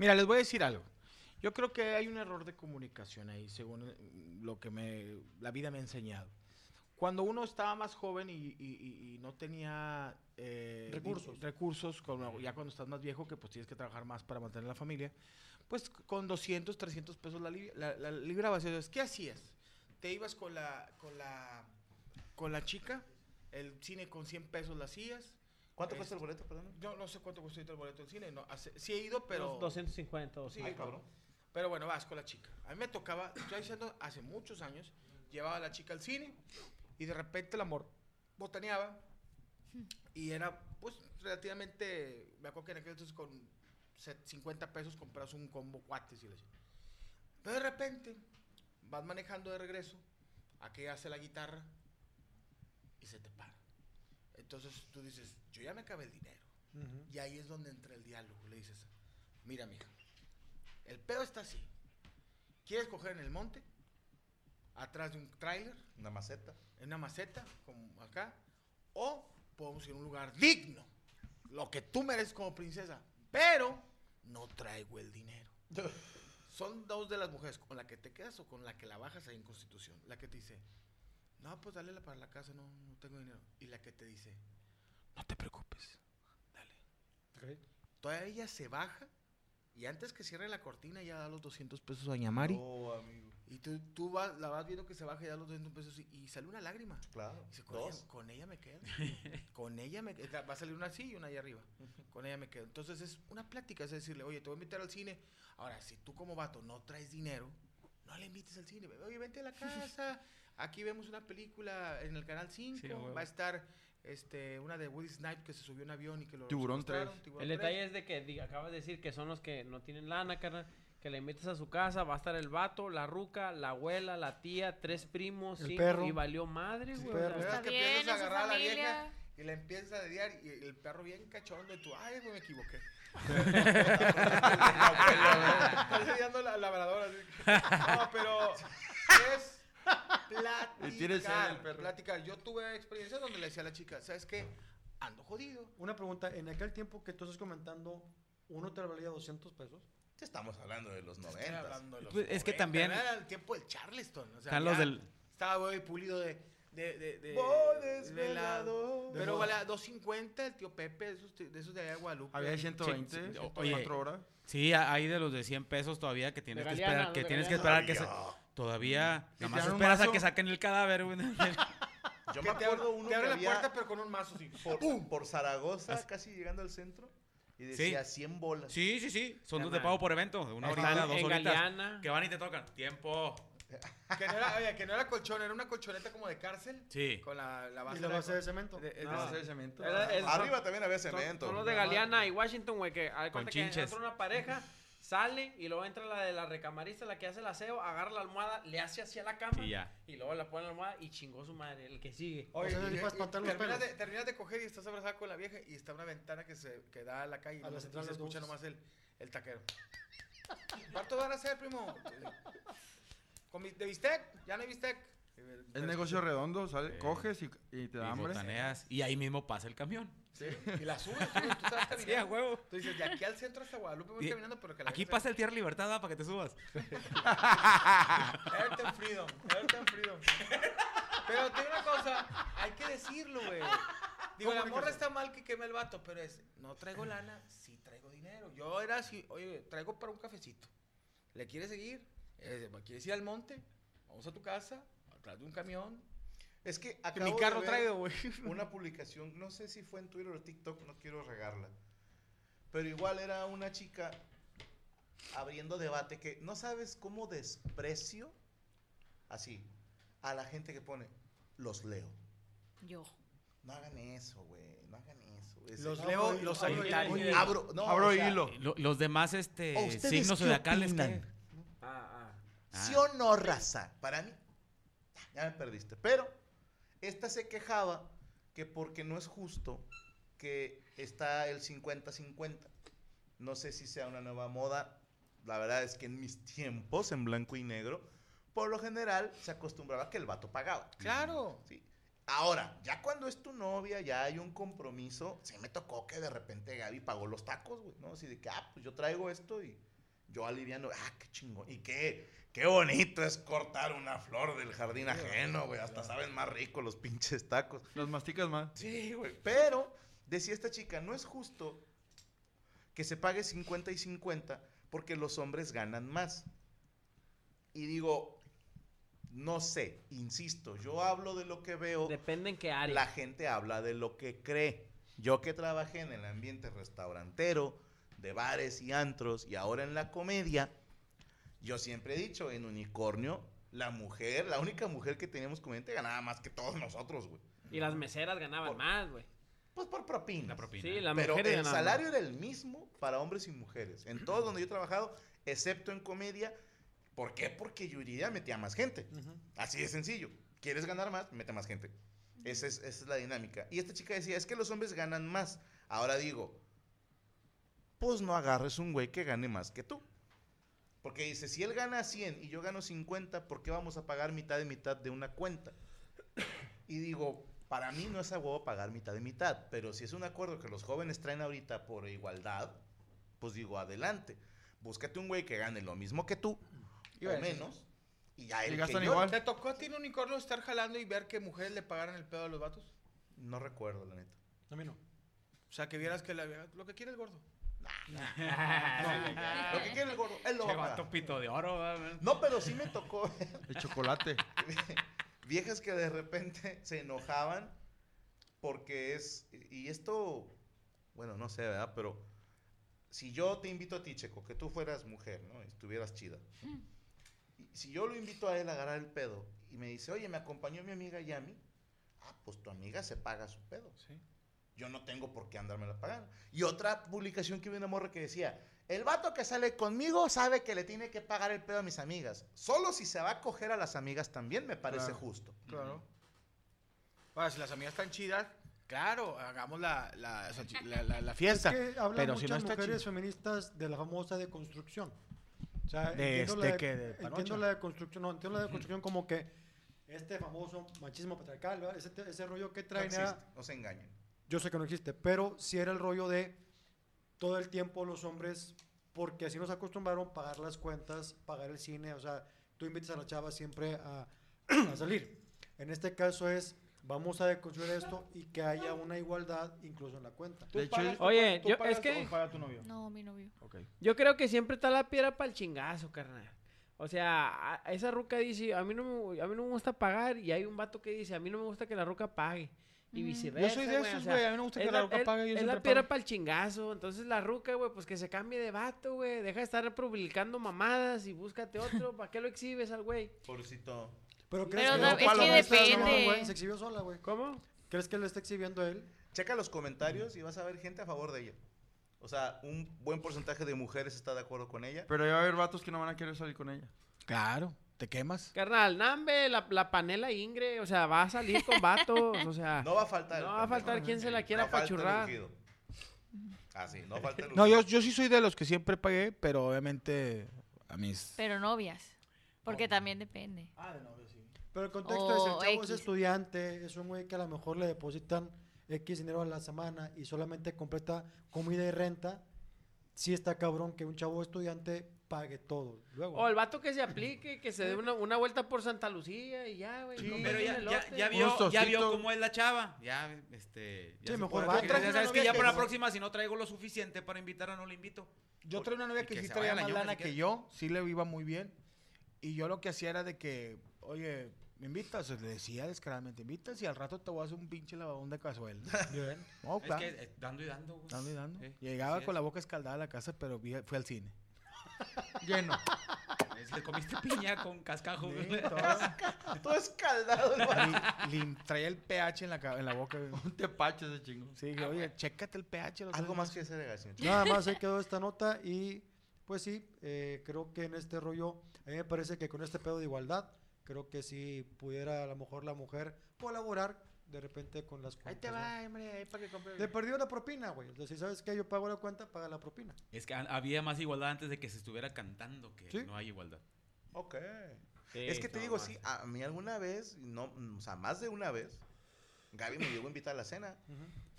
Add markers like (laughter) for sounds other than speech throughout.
Mira, les voy a decir algo. Yo creo que hay un error de comunicación ahí, según lo que me, la vida me ha enseñado. Cuando uno estaba más joven y, y- y- y no tenía eh, Recursos. di- recursos como ya cuando estás más viejo, que pues tienes que trabajar más para mantener la familia, pues con 200, 300 pesos la, li- la, la librabas. Entonces, ¿Qué hacías? Te ibas con la, con la, con la chica, el cine con 100 pesos la hacías. ¿Cuánto cuesta el boleto, perdón? Yo no sé cuánto costó ahorita el boleto del cine, no, hace- sí he ido, pero... Unos 250 o Sí, cinco. cabrón. Pero bueno, vas con la chica. A mí me tocaba, estoy diciendo, hace muchos años, llevaba a la chica al cine y de repente el amor botaneaba y era, pues, relativamente, me acuerdo que en aquel entonces con se- 50 pesos compras un combo cuates y la chica. Pero de repente vas manejando de regreso, aquí hace la guitarra y se te para. Entonces tú dices, yo ya me acabé el dinero. Y ahí es donde entra el diálogo. Le dices, mira, mija, el pedo está así. ¿Quieres coger en el monte? Atrás de un tráiler, Una maceta. en una maceta, como acá. O podemos ir a un lugar digno. Lo que tú mereces como princesa. Pero no traigo el (laughs) dinero. Son dos de las mujeres, con la que te quedas o con la que la bajas ahí en Constitución. La que te dice, no, pues dale la para la casa, no, no tengo dinero. Y la que te dice, no te preocupes, dale. Todavía ella se baja y antes que cierre la cortina ya da los 200 pesos a Doña Mari. No, Oh, amigo. Y tú, tú vas- la vas viendo que se baja y da los 200 pesos y, y sale una lágrima. Claro. Dice, con, Dos. ella, con ella me quedo. (laughs) con ella me quedo. Va a salir una así y una allá arriba. Con ella me quedo. Entonces es una plática, es decirle, oye, te voy a invitar al cine. Ahora, si tú como vato no traes dinero, no le invites al cine. Oye, vente a la casa. Aquí vemos una película en el canal 5. Sí, a huevo. Va a estar este, una de Woody Snipe que se subió a un avión y que lo Tiburón secuestraron, tres. Tiburón El tres. detalle es de que di- acabas de decir que son los que no tienen lana, carnal. Que le invitas a su casa, va a estar el vato, la ruca, la abuela, la tía, tres primos, El cinco, perro. y valió madre, güey. perro. o Está ¿Verdad sea, Pues, que bien, empiezas a es su agarrar a la familia. vieja y la empiezas a dediar y el perro bien cachondo y tú, ay, güey, me (laughs) equivoqué. Estás dediando la labradora. así que- No, pero es platicar. Tiene sed el perro. platicar. Yo tuve experiencias donde le decía a la chica, ¿sabes qué? Ando jodido. Una pregunta, en aquel tiempo que tú estás comentando, uno te valía 200 pesos. Te estamos hablando de los Estoy noventas. hablando de los Pues, es que 90, también- Era el tiempo del Charleston. O sea, Carlos ya del- Estaba güey pulido de. de, de, de Voy de desvelado. la- De Pero moda. vale a 250 el tío Pepe, de esos, de esos de allá de Guadalupe. Había Sí, 120, sí, cuatro oye. horas. Sí, a- hay de los de 100 pesos todavía que tienes De que Galeana, esperar, los que de tienes que Galeana. esperar que sa- todavía te nada más dan un esperas a mazo. que saquen el cadáver, (laughs) güey. Que Yo me te abre- acuerdo uno te que abre la había puerta, pero con un mazo, sí. por, por Zaragoza, Así. casi llegando al centro, y decía 100 bolas. Sí, sí, sí, son los de Carnal. pago por evento, de una Ahí horita, están dos en horitas. Galeana. Que van y te tocan. Tiempo. Que no, era, oye, que no era colchón, era una colchoneta como de cárcel. Sí. Con la, la base, Y la de- base de cemento. de- de- La Ah. de- base de cemento. Era el- Arriba también había son- cemento. Son los de Galeana y Washington, güey, que al Con cuenta que chinches. entra una pareja, sale y luego entra la de la recamarista, la que hace el aseo, agarra la almohada, le hace hacia la cama Y ya. y luego la pone en la almohada y chingó su madre, el que sigue. O sea, y- para y- espantar los terminas, de, pelos. terminas de coger y estás abrazada con la vieja y está una ventana que se que da a la calle y A la no se, central se de escucha nomás autobuses. el, El taquero. ¿Cuánto van a hacer, primo? ¿Con mi- ¿De bistec? ¿Ya no hay bistec? Es negocio redondo, sale, coges y, y te da Y hambre. botaneas. Y ahí mismo pasa el camión. Sí. Y la subes, güey, tú (laughs) estás caminando. huevo. Tú dices, de aquí al centro hasta Guadalupe voy Y- caminando, pero que la Aquí verga pasa el tier libertad, ¿ah? para que te subas. se- Ayrton Freedom, Ayrton Freedom. Pero te digo una cosa, hay que decirlo, (laughs) güey. Digo, la morra está mal que queme el vato, pero es, no traigo lana, sí traigo dinero. Yo era así, oye, traigo para un cafecito. ¿Le quieres seguir? Eh, ¿Quieres ir al monte? Vamos a tu casa, atrás de un camión. Es que Que acabo Mi de carro ver traigo, güey. una publicación, no sé si fue en Twitter o TikTok, no quiero regarla. Pero igual era una chica abriendo debate que no sabes cómo desprecio así a la gente que pone los leo. Yo. No hagan eso, güey, no hagan eso. Es- Los no, leo, güey, los abro- solitario. oye, Abro, no, Abro o sea, hilo. Lo- los demás este, ¿o ustedes signos qué zodiacales. opinan? ¿qué? Ah, ah. ¿Sí o no, raza? Para mí, ya me perdiste. Pero esta se quejaba que porque no es justo que está el 50-50. No sé si sea una nueva moda. La verdad es que en mis tiempos, en blanco y negro, por lo general se acostumbraba que el vato pagaba. Claro. ¿sí? Ahora, ya cuando es tu novia, ya hay un compromiso. Sí me tocó que de repente Gaby pagó los tacos, güey, ¿no? Así de que, ah, pues yo traigo esto y yo aliviando. Ah, qué chingón. Y qué, qué bonito es cortar una flor del jardín ajeno, güey. Hasta saben más rico los pinches tacos. Los masticas más. Sí, güey. Pero, decía esta chica, no es justo que se pague 50 y 50 porque los hombres ganan más. Y digo, no sé, insisto, yo hablo de lo que veo, Depende en qué área. Oh. la gente habla de lo que cree. Yo que trabajé en el ambiente restaurantero, de bares y antros, y ahora en la comedia, yo siempre he dicho, en Unicornio, la mujer, la única mujer que teníamos comediante ganaba más que todos nosotros, güey. Y las meseras ganaban Por- más, güey. Pues por propina. La propina. Sí, las Pero mujeres el ganaban salario más. era el mismo para hombres y mujeres. En todos donde yo he trabajado, excepto en comedia. ¿Por qué? Porque Yuridia metía más gente. Así de sencillo. ¿Quieres ganar más? Mete más gente. Esa es, esa es la dinámica. Y esta chica decía, es que los hombres ganan más. Ahora digo, pues no agarres un güey que gane más que tú. Porque dice, si él gana 100 y yo gano 50, ¿por qué vamos a pagar mitad y mitad de una cuenta? Y digo, para mí no es a huevo pagar mitad y mitad, pero si es un acuerdo que los jóvenes traen ahorita por igualdad, pues digo, adelante. Búscate un güey que gane lo mismo que tú, Iba a o decir. menos, y ya él Y que gastan yo- igual. ¿Te tocó a ti en unicornio estar jalando y ver que mujeres le pagaran el pedo a los vatos? No recuerdo, la neta. A mí no. O sea, que vieras que la, lo que quieres, gordo. Lo que quiere el gordo, él lo va a pagar. pito de oro. No, pero sí me (laughs) tocó ver El (laughs) chocolate. viejas que de repente se enojaban porque es... Y esto, bueno, no sé, ¿verdad? Pero si yo te invito a ti, Checo, que tú fueras mujer, ¿no? Y Estuvieras chida. Mm. Y si yo lo invito a él a agarrar el pedo y me dice, oye, me acompañó mi amiga Yami, ah, pues tu amiga se paga su pedo. Yo no tengo por qué andármela pagando. Y otra publicación que vi una morra que decía, el vato que sale conmigo sabe que le tiene que pagar el pedo a mis amigas. Solo si se va a coger a las amigas también me parece Claro. justo. Claro. Ahora, si las amigas están chidas, claro, hagamos la, la, (laughs) salchi- la- la- la fiesta. Es que hablan pero si muchas no está mujeres chido. feministas de la famosa deconstrucción. O sea, De entiendo este la de- que de Panocha. entiendo la deconstrucción, no, entiendo la deconstrucción como que este famoso machismo patriarcal, ¿verdad? ese, te- ese rollo que No, traen existe, era- no se engañen. yo sé que no existe, pero si era el rollo de todo el tiempo los hombres, porque así nos acostumbraron pagar las cuentas, pagar el cine, o sea, tú invitas a la chava siempre a, (clears throat) a salir. En este caso es, vamos a deconstruir esto y que haya una igualdad incluso en la cuenta. De hecho, Oye, yo- es que- Para tu novio. No, mi novio. Yo creo que siempre está la piedra para el chingazo, carnal. O sea, a- esa ruca dice, a mí, no me, a mí no me gusta pagar, y hay un vato que dice, a mí no me gusta que la ruca pague. Y viceversa. Yo soy de güey, o esos, sea, güey. A mí no me gusta es que la roca pague. Yo es siempre la piedra pago. para el chingazo. Entonces la ruca, güey, pues que se cambie de vato, güey. Deja de estar publicando mamadas y búscate otro. ¿Para qué lo exhibes al güey? Pobrecito. (laughs) Pero Pero que no, no, es Paloma, que esta es la mamá, Eh, depende. güey, Se exhibió sola, güey. ¿Cómo? ¿Crees que le está exhibiendo él? Checa los comentarios y vas a ver gente a favor de ella. O sea, un buen porcentaje de mujeres está de acuerdo con ella. Pero ya va a haber vatos que no van a querer salir con ella. Claro, te quemas. Carnal, nambe, la, la panela ingre, o sea, va a salir con vatos, o sea, No no, va a faltar. va a faltar quien se la quiera falta el apachurrar. urgido. Así, no falta el No, yo, último. yo sí soy de los que siempre pagué, pero obviamente a mis... Pero novias. Porque también depende. Ah, de novio, sí. Pero el contexto O Oh, es, el chavo X. es estudiante, es un güey que a lo mejor le depositan X dinero a la semana y solamente completa comida y renta, sí está cabrón que un chavo estudiante pague todo. Luego, O el vato que se aplique, que se dé una, una vuelta por Santa Lucía y ya, güey. cómprate Pero un ya, ya, elote. ya vio, ya vio Sostito. cómo es la chava. Ya, este. Sí, Ya se mejor puede- va. ya Traes sabes una que ya novia para que- la próxima, si no traigo lo suficiente para invitar, no le invito. Yo traía una novia Y que, que sí se traía vaya la más ñonga si lana que quiere. yo, sí le iba muy bien. Y yo lo que hacía era de que, oye, ¿me invitas? Le decía descaradamente, ¿invitas? Y al rato te voy a hacer un pinche lavabón de cazuela. Bien. No, Es claro. que eh, dando y dando, güey. Pues, Dando y dando. eh, Sí, Llegaba así con es. la boca escaldada a la casa, pero vi- fui al (laughs) cine. Lleno. (laughs) Es- Le comiste piña con cascajo, güey. Sí, todo. Todo escaldado. güey. Li- lim- traía el pH en la, ca- en la (laughs) boca. güey. Un tepache ese chingo. Sí, dije, oye, chécate el pH. lo Ah, Algo sabes". más que hacer, García. Nada (laughs) más se quedó esta nota y pues sí, eh, creo que en este rollo, a mí me parece que con este pedo de igualdad, creo que sí pudiera a lo mejor la mujer colaborar de repente con las cuentas. Ahí te ¿no? va, hombre, ahí para que compres. Le perdió la propina, güey. Entonces, si sabes que yo pago la cuenta, paga la propina. Es que ha- había más igualdad antes de que se estuviera cantando, que Sí. no hay igualdad. Ok. Sí, es que te no, digo, man. sí, a mí alguna vez, no, mm, o sea, más de una vez, Gaby me llegó a invitar a la cena.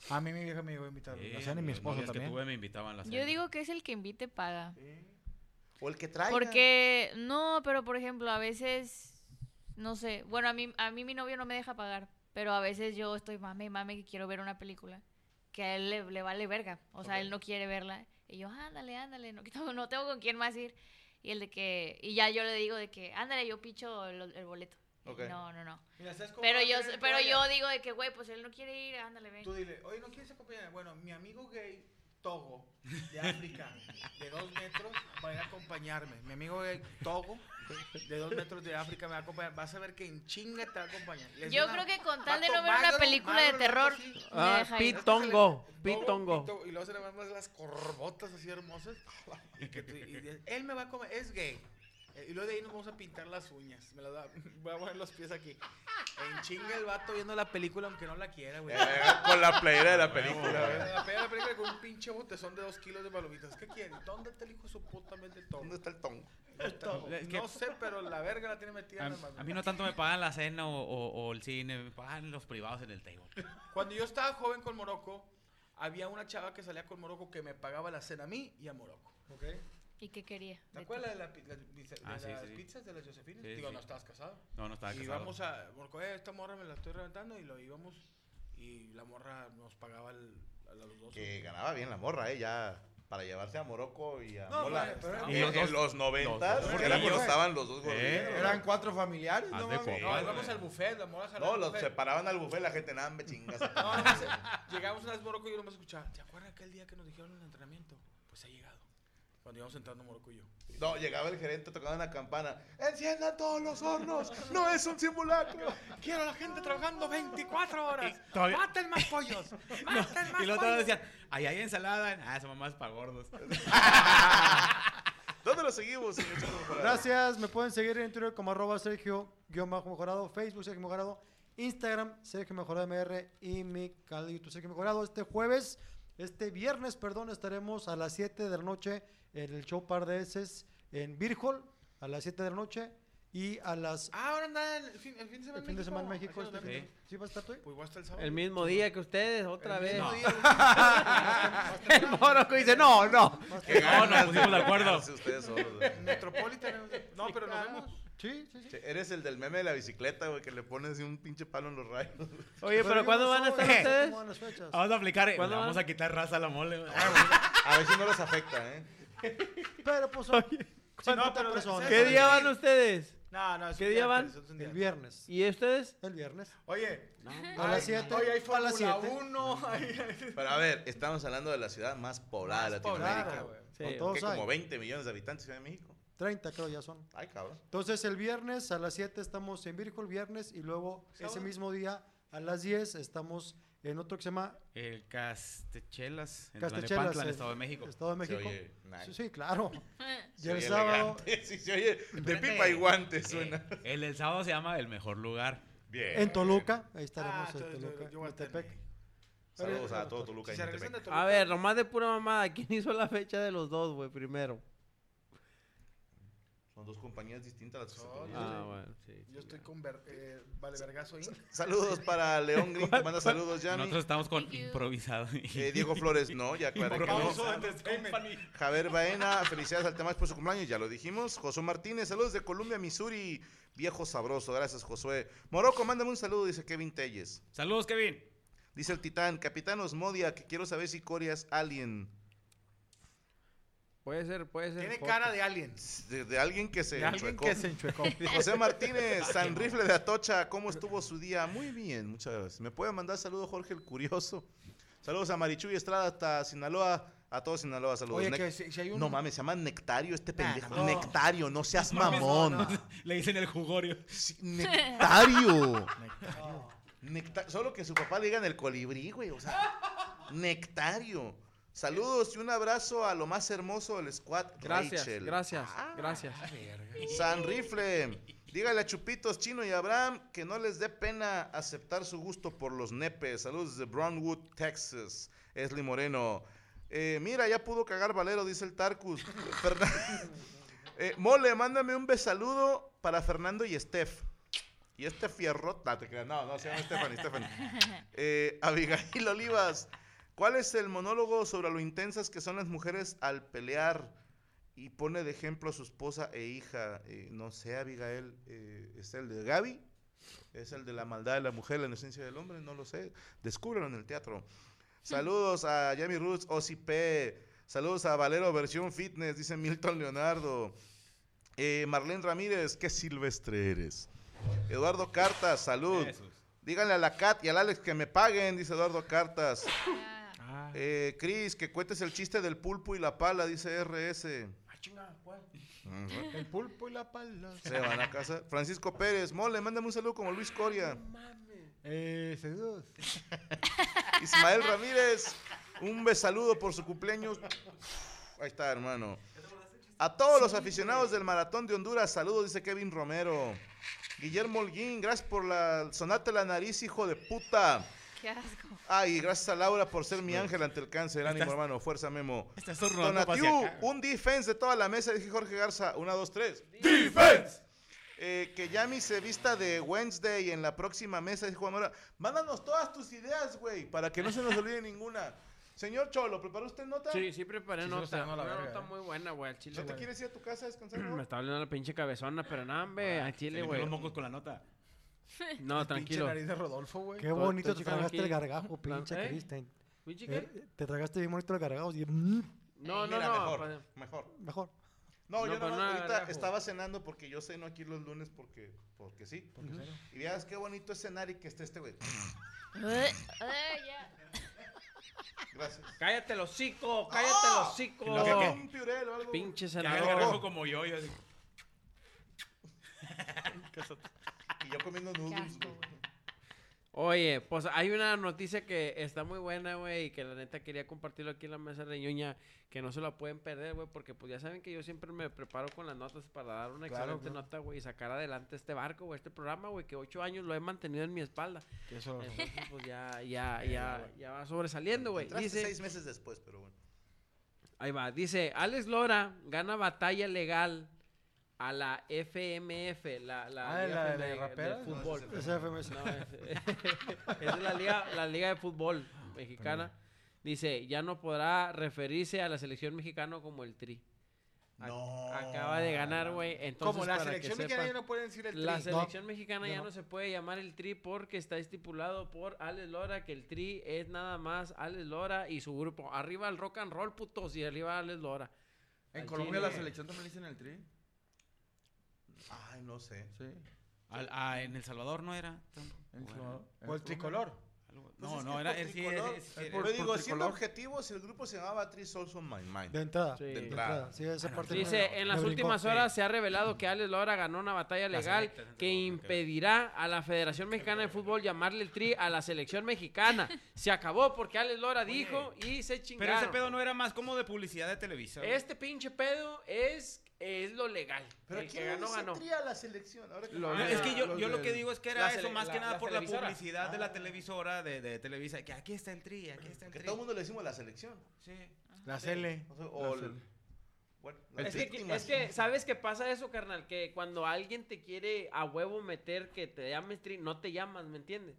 A mí mi vieja me llegó a invitar. Sí, o sea, ni mi las esposa novias que también. tuve me invitaban a la Yo cena. digo que es el que invite paga. O el que traiga. Porque, no, pero por ejemplo, a veces, no sé, bueno, a mí, a mí mi novio no me deja pagar, pero a veces yo estoy mame y mame que quiero ver una película, que a él le, le vale verga, o sea, él no quiere verla, y yo, ándale, ándale, no, (laughs) no, no tengo con quién más ir, y el de que, y ya yo le digo de que, ándale, yo picho el, el boleto. Y Ok. No, no, no. Pero yo, pero yo digo de que, güey, pues él no quiere ir, ándale, ven. Tú dile, oye, ¿no quieres acompañarme? Bueno, mi amigo gay Togo, de África, de dos metros, va a ir a acompañarme. Mi amigo gay Togo, de dos metros de África, me va a acompañar. Vas a ver que en chinga te va a acompañar. Les Yo da creo una- que con tal va de no ver tomando, una película de madre, el terror, vato así. me Ah, deja ir. pitongo, Togo, pitongo. pito- Y luego se le van más las corbotas así hermosas. Y que tú- y dices, él me va a comer, es gay. Eh, Y luego de ahí nos vamos a pintar las uñas. Me las va- (laughs) voy a poner los pies aquí. En chinga el vato viendo la película, aunque no la quiera, güey. (laughs) Eh, con la playera de la película, Me güey. la pega la película con un pinche botezón de dos kilos de palomitas. ¿Qué quiere? ¿Dónde está el hijo de su puta madre todo? ¿Dónde está el tongo? Es que- No sé, pero la verga la tiene metida A, en la mano. a mí no tanto me pagan la cena o, o- o el cine, me pagan los privados en el table. Cuando yo estaba joven con Morocco, había una chava que salía con Morocco que me pagaba la cena a mí y a Morocco. ¿Ok? ¿Y qué quería? ¿Te de ti? acuerdas de, la pi- la- de Ah, sí, las sí, sí. pizzas de las Josefinas? Sí, Digo, sí. no estabas casado. No, no estaba y casado. íbamos a Morocco, "Eh, esta morra me la estoy reventando y lo íbamos y la morra nos pagaba el- a los dos. Que ganaba bien la morra, eh, ya. Para llevarse a Morocco y a No, Mola. bueno, pero en, eran los, en los dos- los noventas, los dos era cuando gordillos. estaban los dos gorditos. Eh, Eran cuatro familiares, Haz ¿no? de mames? cuenta. No, Igual, íbamos güey. al buffet, la morra jalaba No, al los buffet. separaban al buffet, la gente nada, me (laughs) No, no, chingas. pues, llegamos unas Morocco y yo nomás escuchaba. ¿Te acuerdas aquel día que nos dijeron en el entrenamiento? Pues ha llegado. Cuando íbamos entrando Morocco y yo. No, llegaba el gerente, tocaba una campana. "Eh, ¡Enciendan todos los hornos! ¡No es un simulacro! Quiero a la gente trabajando 24 horas. (laughs) todavía- Maten más pollos. Maten (laughs) Y más los otros pollos. decían, ahí hay ensalada. Ah, esa mamá es para gordos. (laughs) ¿Dónde lo seguimos? señor Chico Mejorado? Gracias, me pueden seguir en Twitter como arroba Sergio guión bajo mejorado, Facebook Sergio Mejorado, Instagram Sergio Mejorado MR y mi canal de YouTube Sergio Mejorado. Este jueves, este viernes, perdón, estaremos a las 7 de la noche en el show Par de Heces en Beer Hall a las 7 de la noche y a las... Ah, ahora andan el fin, el fin de semana el fin de semana en México, Haciendo este fin la- de- ¿Sí va a estar tú? Pues voy hasta el sábado. El mismo día que ustedes, otra El vez. mismo (laughs) No. día. El Morocco dice, no, no. Qué No, nos ganas pusimos de acuerdo. matarse ustedes solos, güey. Metropolitan. No, pero nos vemos. Sí, sí, sí. Che, Eres el del meme de la bicicleta, güey, que le pones un pinche palo en los rayos. Oye, pero yo ¿cuándo no van a soy, estar ¿cómo ustedes? van las fechas? Vamos a aplicar, eh, le ¿Cuándo vamos van? a quitar raza a la mole. güey. A ver si no los afecta, ¿eh? Pero pues son 50 pero- personas. ¿Qué día Ah, van ustedes? No, no, es ¿Qué un día van? antes, es un día El antes. viernes. ¿Y ustedes? El viernes. Oye, A las 7. Oye, hay a las Fórmula 7. 1. Pero a ver, estamos hablando de la ciudad más poblada de Latinoamérica, poblada, güey. Sí, Con Que todos hay. como 20 millones de habitantes en México. 30 creo ya son. Ay, cabrón. Entonces el viernes a las 7 estamos en Virgo el viernes y luego ese mismo día a las 10 estamos en otro que se llama El Castechelas, en Castechelas. Tlalnepantla, en eh, Estado de México. Estado de Se México. oye nice. Sí, sí, claro. Y Se el oye sábado elegante, (laughs) Sí, se oye de Espérate. pipa y guante Eh, suena. el del sábado se llama El Mejor Lugar. Bien. en Toluca, ahí estaremos Ah, en entonces, Toluca, yo voy a estar en Metepec. México. Saludos a todo Toluca. Si y se regresan de Metepec. Toluca, A ver, nomás de pura mamada, ¿quién hizo la fecha de los dos, güey, primero? Son dos compañías distintas las que se No, no. pelean. Ah, bueno, sí. Yo estoy con ver- eh, Vale Vergazo ahí. Saludos para León Green, te manda saludos, Yami. Nosotros estamos con Thank you. improvisado. (laughs) Eh, Diego Flores, no, ya aclaré que no. Pauso. Javier Baena, felicidades al Temax por su cumpleaños, ya lo dijimos. Josué Martínez, saludos de Columbia, Missouri, viejo sabroso, gracias Josué. Morocco, mándame un saludo, dice Kevin Telles. Saludos, Kevin. Dice el titán, Capitán Osmodia, que quiero saber si Corea es alien. Puede ser, puede ser. Tiene foto. cara de aliens. De, de alguien que se De alguien enchuecó. que se enchuecó. (laughs) José Martínez, San Rifle de Atocha, ¿cómo estuvo su día? Muy bien, muchas gracias. ¿Me puede mandar saludos, Jorge el Curioso? Saludos a Marichuy Estrada hasta Sinaloa. A todos Sinaloa, saludos. Oye, Nec- que si, si hay un... No mames, se llama Nectario este Nah, pendejo. no. Nectario, no seas mamón. Le dicen (laughs) el jugorio. Sí, (laughs) nectario. Necta- Solo que su papá le digan el colibrí, güey. O sea, nectario. Saludos y un abrazo a lo más hermoso del squad, Gracias, Rachel. gracias, Ah. gracias. San Rifle. Dígale a Chupitos, Chino y Abraham que no les dé pena aceptar su gusto por los nepes. Saludos desde Brownwood, Texas. Esli Moreno. Eh, mira, ya pudo cagar Valero, dice el Tarkus. Fernan- (laughs) Eh, mole, mándame un besaludo para Fernando y Steph. Y este fierro... No, te creas, no, no, se llama Stephanie, Stephanie. Eh, Abigail Olivas, ¿cuál es el monólogo sobre lo intensas que son las mujeres al pelear? Y pone de ejemplo a su esposa e hija. Eh, no sé, Abigail, eh, ¿es el de Gaby? ¿Es el de la maldad de la mujer, la inocencia del hombre? No lo sé. Descúbrelo en el teatro. Saludos a Jamie Roots, Ozzy P. Saludos a Valero Versión Fitness, dice Milton Leonardo. Eh, Marlene Ramírez, qué silvestre eres. Eduardo Cartas, salud. Jesús. Díganle a la Cat y al Alex que me paguen, dice Eduardo Cartas. Ah, Ah, Eh, Cris, que cuentes el chiste del pulpo y la pala, dice RS. Ujú. El pulpo y la pala. Se van a casa. Francisco Pérez, mole, mándame un saludo como Luis Coria. Eh, saludos. Ismael Ramírez, un besaludo por su cumpleaños. Ahí está, hermano. A todos los aficionados del Maratón de Honduras, saludos, dice Kevin Romero. Guillermo Holguín, gracias por la sonate la nariz, hijo de puta. qué asco. Ay, gracias a Laura por ser mi ángel ante el cáncer. Ánimo, Estás- hermano. Fuerza, Memo. Está estornudando para hacia Donatiu, acá. un defense de toda la mesa, dije Jorge Garza. Una, dos, tres. ¡Defense! que Yami se vista de Wednesday en la próxima mesa, dijo Amora. Mándanos todas tus ideas, güey, para que no se nos olvide ninguna. Señor Cholo, ¿preparó usted nota? sí, sí preparé Sí, se lo nota. sanó a la Una verga, nota eh. muy buena, güey, al chile. ¿No te güey. quieres ir a tu casa a descansar? (clears throat) Me no? está hablando la pinche cabezona, pero nada, hombre, al Se chile, limpió güey. los mocos con la nota. No, Pinche tranquilo. nariz de Rodolfo, güey. Qué Todo- bonito todo te está tragaste el aquí. gargajo, La- pinche ¿eh? Kristen. ¿Pinche qué? Eh, te tragaste bien bonito el gargajo. y- No, no, Mira, no. Mejor, pa- mejor. mejor. No, No, yo pero nomás nada, ahorita relajo. estaba cenando porque yo ceno aquí los lunes porque, porque sí. Y veas qué bonito es cenar y que esté este güey. Eh, eh, ya. Gracias. Cállate el hocico, cállate el hocico. No, qué? un piurel o algo. Pinche Que haga el gargajo senador. como yo. yo así. Y yo comiendo Qué noodles, asco, güey. güey. Oye, pues hay una noticia que está muy buena, güey, y que la neta quería compartirlo aquí en la mesa de ñoña, que no se la pueden perder, güey, porque pues ya saben que yo siempre me preparo con las notas para dar una Claro, excelente claro. nota, güey, y sacar adelante este barco, güey, este programa, güey, que ocho años lo he mantenido en mi espalda. Eso. Entonces, pues ya, (laughs) ya, ya, ya va sobresaliendo, güey. Entraste Dice, seis meses después, pero bueno. ahí va, dice, Alex Lora gana batalla legal a la FMF, la, la, Ah, Liga la de Femenil raperas, no, del fútbol. Esa FMS. No, es, es (laughs) de la liga, la liga de fútbol mexicana. Dice, ya no podrá referirse a la selección mexicana como el tri. Ac- No. Acaba de ganar, güey. Entonces, Como la para que selección mexicana ya sepan, no pueden decir el la tri. selección mexicana ya ya no. no se puede llamar el tri porque está estipulado por Alex Lora que el tri es nada más Alex Lora y su grupo. Arriba el rock and roll, putos, y arriba Alex Lora. En Al Colombia la Chile. selección también le dicen el tri. Ay, no sé. Sí. Al- ah, en El Salvador no era. tampoco. En Bueno, Salvador. O el tricolor. algo- Pues No, es no, que era. por él sí, tricolor, él sí es era. por- Pero digo, siendo tricolor. objetivos, el grupo se llamaba Three Souls on My Mind. De entrada. Sí. De entrada. entrada. Sí, esa parte. me- Dice, me en las brincó. últimas horas se ha revelado que Alex Lora ganó una batalla Las legal electas, que entonces, ok. impedirá a la Federación Mexicana de Fútbol llamarle el tri a la selección mexicana. Se acabó porque Alex Lora dijo y se Pero chingaron. ese pedo no era más como de publicidad de Televisa. güey. Este pinche pedo es, es lo legal. Pero el que ¿quién eh, ganó, no ganó. tría la selección? Ahora que- Lo- No, Ah, es que yo, los yo lo de que digo es que la era eso, tele- más que la- nada la por la televisora. publicidad de la televisora, de, de Televisa, que aquí está el tri, aquí está el Ah. que tri. todo el mundo le decimos la selección. Sí. La Cele. O sea, o Ah, La el- sele- bueno, El las Es que, víctimas. es que, ¿sabes qué pasa eso, carnal? Que cuando alguien te quiere a huevo meter que te llames tri, no te llamas, ¿me entiendes?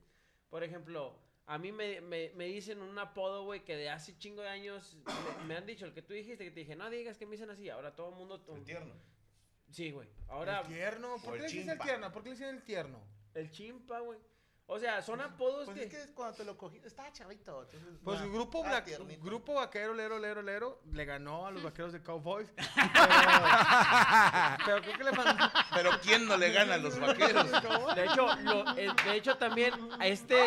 Por ejemplo, a mí me, me, me dicen un apodo, güey, que de hace chingo de años me, me han dicho, el que tú dijiste, que te dije, no digas que me dicen así, ahora todo el mundo... El tierno. Sí, güey. Ahora el tierno. ¿Por o qué el le dicen el chimpa. tierno? ¿Por qué le dicen el tierno? el chimpa, güey. O sea, son apodos Pues que... es que cuando te lo cogí, estaba chavito. entonces, Pues nah. el grupo, Ah, bla- tiernito. grupo vaquero, lero, lero, lero, le ganó a los vaqueros de Cowboys. Pero, pero creo que le mandó. Pero ¿quién no le gana (laughs) a los vaqueros? De (laughs) hecho, lo- eh, de hecho también a (laughs) este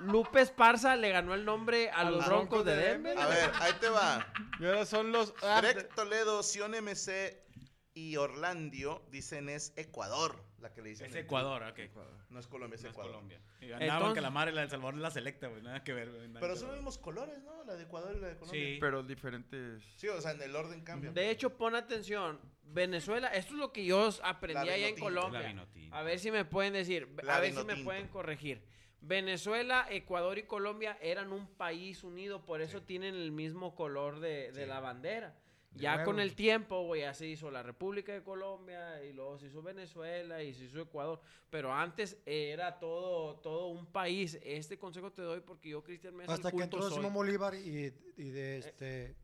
Lupe Esparza le ganó el nombre a, los Broncos de Denver. A ver, ahí te va. Y ahora son los. ah, Greg Toledo, Sion MC y Orlandio dicen es Ecuador. La que le dicen. Es el- Ecuador, ok. No es Colombia, es No es Ecuador. Colombia. Y Nada más Entonces- que la madre, la del Salvador es la selecta, güey. Nada que ver, güey. nada Pero que son ver. los mismos colores, ¿no? La de Ecuador y la de Colombia. Sí. Pero diferentes. Sí, o sea, en el orden cambia. De hecho, pon atención. Venezuela, esto es lo que yo s- aprendí La allá en vinotinto, la Colombia. vinotinto. A ver si me pueden decir, La a ver si me vinotinto. pueden corregir. Venezuela, Ecuador y Colombia eran un país unido, por eso tienen el mismo color de, de la bandera. Ya con el tiempo, güey, así hizo la República de Colombia y luego se hizo Venezuela y se hizo Ecuador. Pero antes era todo, todo un país. Este consejo te doy porque yo, Cristian Mesa, el Hasta que culto entró soy. Simón Bolívar y, y Eh, de este.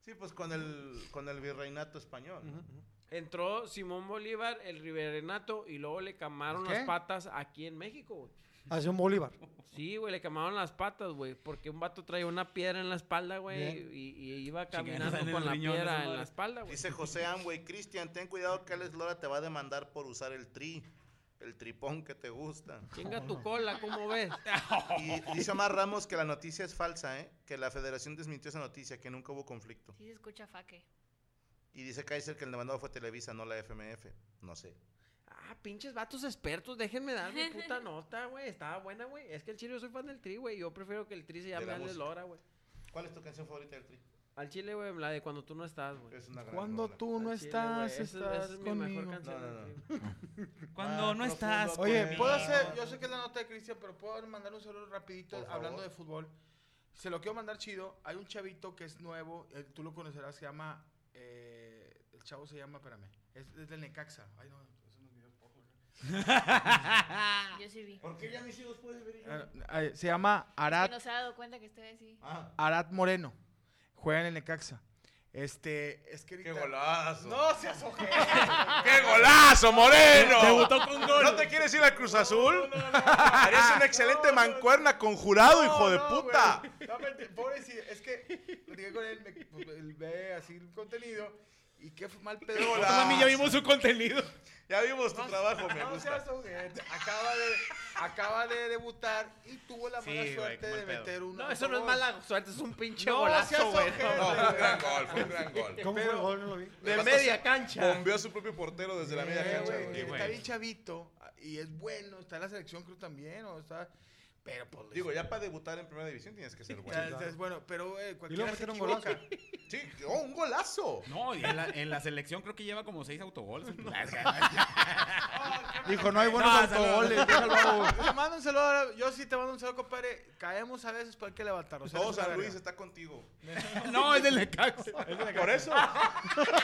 Sí, pues con el, con el virreinato español. ¿no? Entró Simón Bolívar, el Riberenato, y luego le camaron ¿Qué? las patas aquí en México, güey. A Simón Bolívar. Sí, güey, le camaron las patas, güey, porque un vato traía una piedra en la espalda, güey, Bien. y, y iba Chingada, caminando en el con la riñón esa piedra en madre. la espalda, (laughs) güey. Dice José Amway, Cristian, ten cuidado que Alex Lora te va a demandar por usar el tri, el tripón que te gusta. Chinga tu cola, ¿cómo ves? Y dice Omar Ramos que la noticia es falsa, ¿eh? Que la federación desmintió esa noticia, que nunca hubo conflicto. Sí se escucha faque. Y dice Kaiser que el demandado fue Televisa, no la FMF. No sé. Ah, pinches vatos expertos, déjenme dar mi (laughs) puta nota, güey. Estaba buena, güey. Es que el chile yo soy fan del tri, güey. Yo prefiero que el tri se llame la Alex música. Lora, güey. ¿Cuál es tu canción favorita del tri? Al chile, güey, la de cuando tú no estás, güey. Es una gran Cuando rola. tú no Al chile, güey, estás, esa es- esa estás es mi mejor conmigo. canción. No, no, del no. Tri, güey. Cuando no Más estás. Ah, profundo, Oye, conmigo. puedo Ah. hacer, yo sé que es la nota de Cristian, pero puedo mandar un saludo rapidito Por favor. hablando de fútbol. Se lo quiero mandar chido. Hay un chavito que es nuevo, eh, tú lo conocerás, se llama, eh, el chavo se llama, espérame, es, es del Necaxa. Ay, no, esos son los videos pocos. Yo sí vi. ¿Por qué ya mis hijos pueden ver? y yo no? Ah, ay, se llama Que Arat, no se ha dado cuenta que estoy así. Ah, Arat Moreno. Juega en el Necaxa. Este, es que ¡Qué ahorita- golazo! No seas ojete. (laughs) ¡Qué golazo, Moreno! Debutó con gol. ¿No te quieres ir a Cruz Azul? Eres una excelente mancuerna conjurado, hijo de puta. Pobrecito, es que llegué con él, me- pues, él ve así el contenido y qué f- mal pedo. Pues, golazo. Ah, mami, ya vimos su contenido. Ya vimos tu trabajo, me No gusta. seas ojete. Acaba de, acaba de debutar y tuvo la Sí, mala güey, suerte qué mal de pedo. meter uno. No, eso no es mala suerte, es un pinche No, golazo, seas güey. ojete. No, fue un gran gol, fue un gran (laughs) gol. ¿Cómo fue el gol? No lo vi. De Además, media cancha. Bombeó a su propio portero desde la media Eh, cancha. güey, güey. qué Está bueno. bien chavito y es bueno, está en la selección creo también, o está... Pero pues... Digo, pues, ya para debutar en primera división tienes que ser o sea, bueno. es bueno, pero eh, Y cualquiera luego se metieron equivoca. (laughs) golazo. Sí, oh, un golazo. No, y en la, en la selección creo que lleva como seis autogoles. Dijo, no hay buenos No, saludos. (laughs) autogoles, Te mando un saludo, ahora, yo sí te mando un saludo, compadre. Caemos a veces, pero hay que levantar. O sea, No, es una "Oh, San Luis verga. está contigo. (laughs) no, es del Necaxa. Por eso.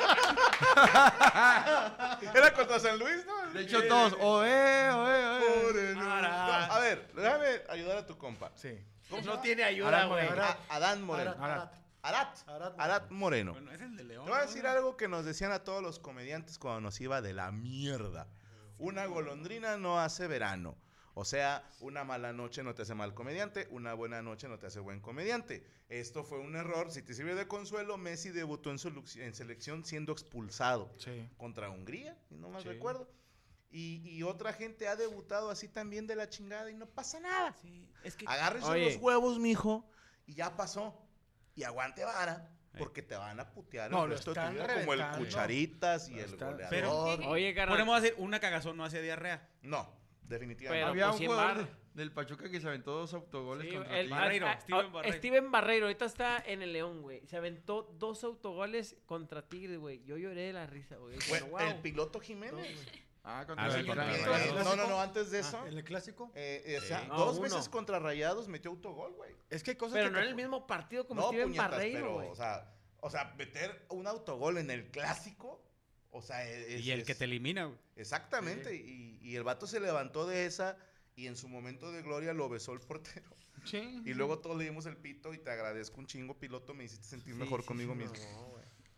(laughs) Era contra San Luis, ¿no? De hecho, todos. Oe, oh. "Oh, oe, oe. Pobre, no. No, A Ah, ver, déjame ayudar a tu compa. Sí. No tiene ayuda, Ahora, güey. Moreno. Ah, A- Adán Moreno. Arat, Arat. Arat. Arat Moreno. Arat Moreno. Bueno, es el de León. Te voy a decir ¿no? algo que nos decían a todos los comediantes cuando nos iba de la mierda. Una golondrina no hace verano. O sea, una mala noche no te hace mal comediante, una buena noche no te hace buen comediante. Esto fue un error. Si te sirve de consuelo, Messi debutó en, solu- en selección siendo expulsado Sí. contra Hungría, si no mal recuerdo. Y, y otra gente ha debutado así también de la chingada y no pasa nada. Sí, es que Agárrense Oye. los huevos, mijo, y ya pasó. Y aguante vara, porque te van a putear No, el lo resto de tu están vida, como el reventando. cucharitas y el están- goleador. Pero- Oye, carnal. ponemos a decir una cagazón no hace diarrea. No, Pero definitivamente. Había pues, un cien jugador barras. de- del Pachuca que se aventó dos autogoles Sí, contra el- ti. a- Barreiro, a- Steven a- Barreiro. Ah, oh, Steven Barreiro, ahorita está en el León, güey. Se aventó dos autogoles contra Tigres, güey. Yo lloré de la risa, güey. Dije, Fue "No, wow". El piloto Jiménez. Ah, Ah, contra sí, el contra Rayados. Rayados. Rayados. No, no, no, antes de eso. Ah, ¿En el clásico? eh, eh, o sea, Sí. No, dos uno. veces contra Rayados metió autogol, güey. Es que hay cosas Pero que no te en el ju- mismo partido como No, Steven puñetas, Barreiro, pero, güey. o sea, o sea, meter un autogol en el clásico, o sea, e-, es... Y el es- que te elimina, güey. Exactamente, y, y el vato se levantó de esa y en su momento de gloria lo besó el (laughs) portero. Sí. Y luego todos le dimos el pito y te agradezco un chingo, piloto, me hiciste sentir mejor conmigo mismo.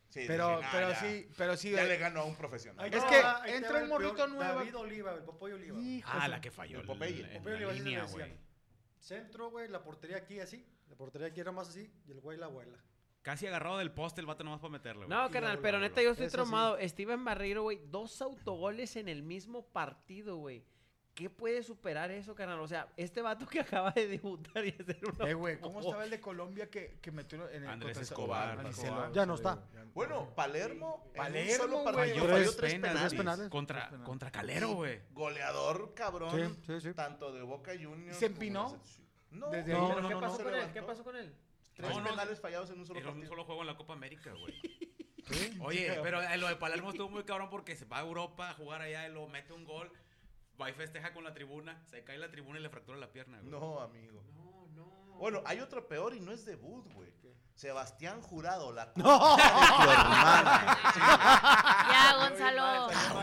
Sí, Pero, dije, "Nah, pero ya, sí, pero sí. Ya eh, le ganó a un profesional. Ahí te Es va, que (laughs) ahí te entra va el morrito peor. nuevo. David Oliva, el Popoy Oliva. hijo de Ah, su- la que falló. El en- Popeye. en Popoy la Oliva, así le línea, decían. güey. Centro, güey, la portería aquí así. La portería aquí era más así y el güey la abuela. Casi agarrado del poste el vato nomás para meterle, güey. No, carnal, pero neta yo estoy Eso sí. tromado. Steven Barreiro, güey, dos autogoles en el mismo partido, güey. ¿Qué puede superar eso, carnal? O sea, este vato que acaba de debutar y hacer una... Eh, güey, ¿cómo estaba el de Colombia que, que metió en el Andrés contra- Escobar, Andrés pasó. Escobar, Ya no sí, está. güey, ya no- Bueno, Palermo, en un Palermo, solo güey. partido Falló tres, penales, penales. Contra, Tres penales. contra Calero, güey. Goleador cabrón, Sí, sí, sí. tanto de Boca Juniors. ¿Se empinó? como de- No, Desde ahí. no, ¿Pero no, qué no, pasó se con él? levantó. ¿Qué pasó con él? Tres No, no, penales fallados en un solo Era un partido. solo juego en la Copa América, (laughs) güey. Oye, pero eh, lo de Palermo estuvo muy cabrón porque se va a Europa a jugar allá y lo mete un gol, va y festeja con la tribuna, se cae la tribuna y le fractura la pierna, güey. No, amigo. No, no. Bueno, hay otro peor y no es debut, güey. Sebastián Jurado, la Ya, (laughs) Gonzalo.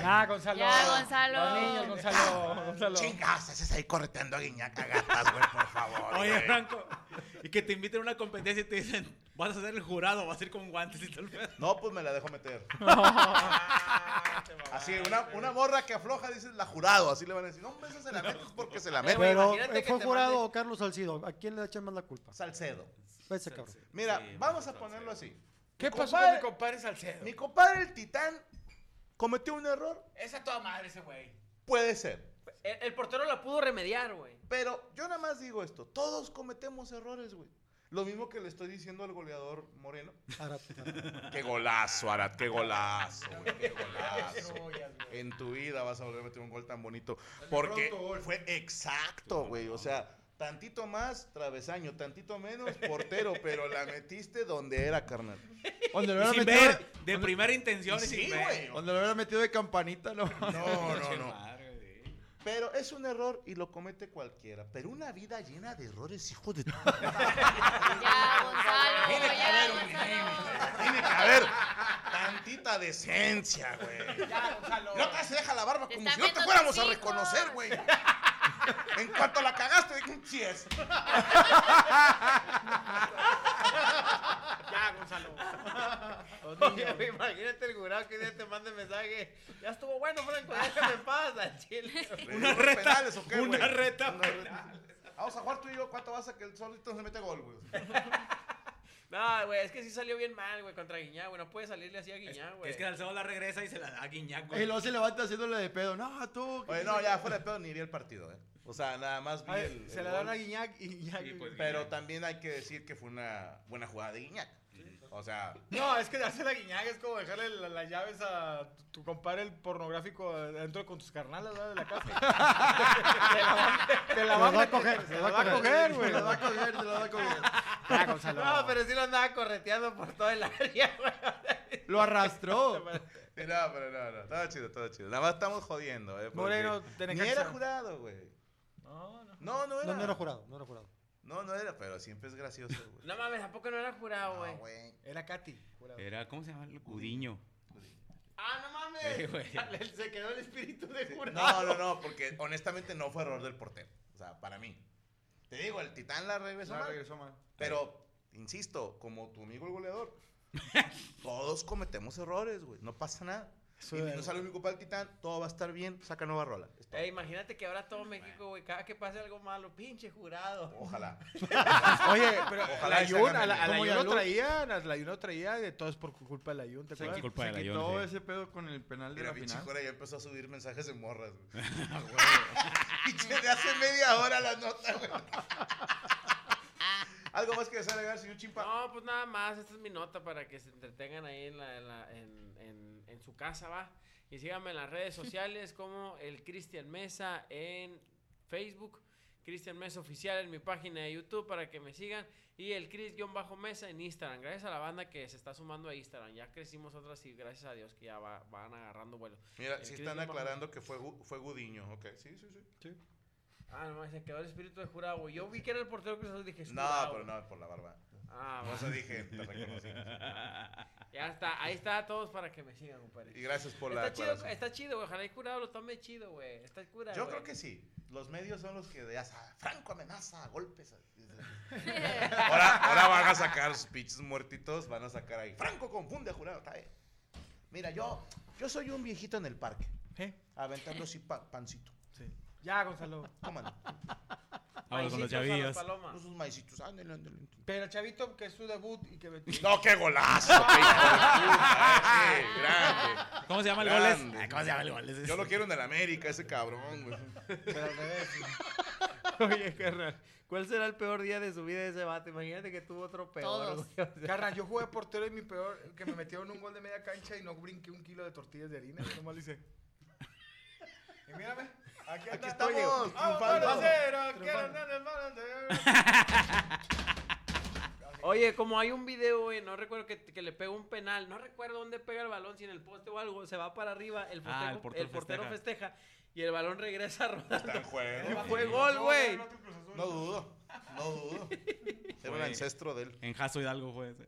Ah, Gonzalo. Ya, Gonzalo. Los niños, (laughs) Gonzalo. Gonzalo. Chingas, haces ahí correteando a Guiñaca gatas, güey, por favor. Oye, güey. Franco, (laughs) y que te inviten a una competencia y te dicen, vas a ser el jurado, vas a ir con guantes y todo (laughs) el pedo. No, pues me la dejo meter. así, una, una morra que afloja, dices, la jurado. Así le van a decir, no, hombre, esa se la metes porque se la Eh, güey, mete. Pero, imagínate ¿eh, que ¿fue te jurado mande- o Carlos Salcido? ¿A quién le echan más la culpa? Salcedo. Ese cabrón. Mira, Sí, vamos a Salcedo. ponerlo así. ¿Qué Mi pasó con mi compadre- compadre Salcedo? Mi compadre, el titán, cometió un error. Es a toda madre ese güey. Puede ser. El, el portero la pudo remediar, güey. Pero yo nada más digo esto. Todos cometemos errores, güey. Lo mismo que le estoy diciendo al goleador Moreno. Arad, Arad. Qué golazo, Arad, qué golazo, güey, qué golazo. En tu vida vas a volver a meter un gol tan bonito. Porque fue exacto, güey. O sea, tantito más, travesaño, tantito menos, portero, pero la metiste donde era, carnal. Donde lo Y hubiera sin metido- ver, de primera intención y sin Sí, ver. güey. donde lo hubiera metido de campanita, lo- (laughs) No, no, Pinche no. madre, güey. Pero es un error y lo comete cualquiera. Pero una vida llena de errores, hijo (laughs) de tu Ya, Gonzalo. Tiene que Ya, haber un Gonzalo. límite, tiene que haber tantita decencia, güey. No te se deja la barba Te como están si no te viendo fuéramos tus a reconocer, hijos. güey. En cuanto la cagaste, dije, "Mm, sí es. Ya, Gonzalo. (laughs) Oye, güey, imagínate el jurado que un día te mande mensaje. Ya estuvo bueno, Franco, déjame (laughs) en paz al chile. ¿Una reta? Penales, ¿o qué, una güey? reta Una Vamos a jugar tú y yo. ¿Cuánto vas a que el solito se mete gol, güey? No, güey, es que sí salió bien mal, güey, contra Guiñá, güey. No puede salirle así a Guiñá, güey. Es que Salcedo la regresa y se la da a Guiñac, (laughs) Y güey. luego se levanta haciéndole de pedo. No, tú. Oye, no, ya fuera de pedo ni vi el partido, ¿eh? O sea, nada más vi Ay, el. se el la dan gol. a Guiñac y Guiñac. Sí, pues, Pero también hay que decir que fue una buena jugada de Guiñac. O sea, (laughs) No, es que dársela a Guiñac es como dejarle la- las llaves a tu, tu compadre el pornográfico adentro con tus carnalas ¿verdad? de la (laughs) casa. (laughs) te la van Se la va a a coger, se Te la la va a coger, güey. Te la va a coger, te la va a (laughs) coger. Ya, Gonzalo. No, pero sí lo andaba correteando por todo (laughs) el área, güey. Lo arrastró. Sí, No, pero no, no. Todo chido, todo chido. Nada más estamos jodiendo, eh. porque Moreno, de Ni Necaxa. era jurado, güey. No, no. No, no era. No, (laughs) no era jurado, no era jurado. No, no era, pero siempre es gracioso, güey. No mames, tampoco no era jurado, güey. Eh, No, güey. Era Katy. Era, ¿cómo se llama? El Gudiño. ah, no Sí, mames. güey. Dale, se quedó (laughs) el espíritu de No, jurado. no, no, porque honestamente no fue error del portero. O sea, para mí. Te digo, el titán la regresó. La mal, regresó mal. Pero, insisto, como tu amigo el goleador, (laughs) todos cometemos errores, güey. No pasa nada. Si no sale mi culpa el titán, todo va a estar bien. Saca nueva (laughs) rola. Es todo. Eh, imagínate que ahora todo México, güey, cada que pase algo malo, pinche jurado. Ojalá. Oye, pero Ojalá a la y se Yun, hagan a la, a la amigos. Yun Como lo Yalú. traían, a la Yun lo traía de todos por culpa de la Yun, ¿te Se, acuerdas? qui- culpa de se la quitó Jones, eh. ese pedo con el penal de Mira, la pinche final. Ah, Jora ya empezó a subir mensajes de morras, (laughs) güey. Ah, Pinche de hace media hora la nota, (laughs) güey. Algo más que desear agregar, señor Chimpa. No, pues nada más, esta es mi nota para que se entretengan ahí en, la, en, la- en- en- en su casa, va. (laughs) Y síganme en las redes sociales como el Cristian Mesa en Facebook, Cristian Mesa Oficial en mi página de YouTube para que me sigan. Y el Chris-Mesa en Instagram. Gracias a la banda que se está sumando a Instagram. Ya crecimos otras y gracias a Dios que ya va- van agarrando vuelo. Mira, El si Chris están Guión bajo- aclarando que fue, Gu- fue Gudiño. Ok, sí, sí, sí. Ah, no, se quedó el espíritu de jurado. Yo vi que era el portero Cruz Azul dije, es No, Jurado. pero no, por la barba. Ah, Por bueno. eso dije, te reconocí. Ya está, ahí está a todos para que me sigan, compadre. Y gracias por la Está chido, aclaración. está chido, güey. Ojalá el curado lo tome chido, güey. Está curado. Yo creo que sí. Los medios son los que ya saben. Franco amenaza, golpes. Ahora, ahora van a sacar speeches muertitos, van a sacar ahí. Franco confunde a jurado, está bien. Mira, yo, yo soy un viejito en el parque, ¿Eh? aventando así pa- pancito. Ya, Gonzalo. Tómalo. Ahora con los chavillos. chavillos. Con sus maicitos. Ándale, ándale. Pero chavito, que es su debut y que metió. No, qué golazo. qué hijo de puta, eh, grande. ¿Cómo se llama el goles? Grande. Ay, ¿Cómo se llama el goles? Yo lo quiero en el América, ese cabrón. güey. Pero al revés. (laughs) Oye, carnal, ¿cuál será el peor día de su vida de ese vato? Imagínate que tuvo otro peor, Todos. güey. O sea, Carnal, yo jugué portero y mi peor, que me metieron un gol de media cancha y no brinqué un kilo de tortillas de harina. Yo nomás le hice. Y mírame, aquí, Aquí anda- estamos, Oye, vamos, triunfando. vamos, cero, Triunfando. quiero ganar, vamos, cero. Oye, como hay un video, güey, no recuerdo que, que le pega un penal, no recuerdo dónde pega el balón, si en el poste o algo, se va para arriba, el, Ah, portero- el portero el portero festeja. y el balón regresa rodando. Está en juego. (laughs) Fue gol, güey. No dudo, no dudo. Era el Güey. ancestro de él. En Jaso Hidalgo fue ese.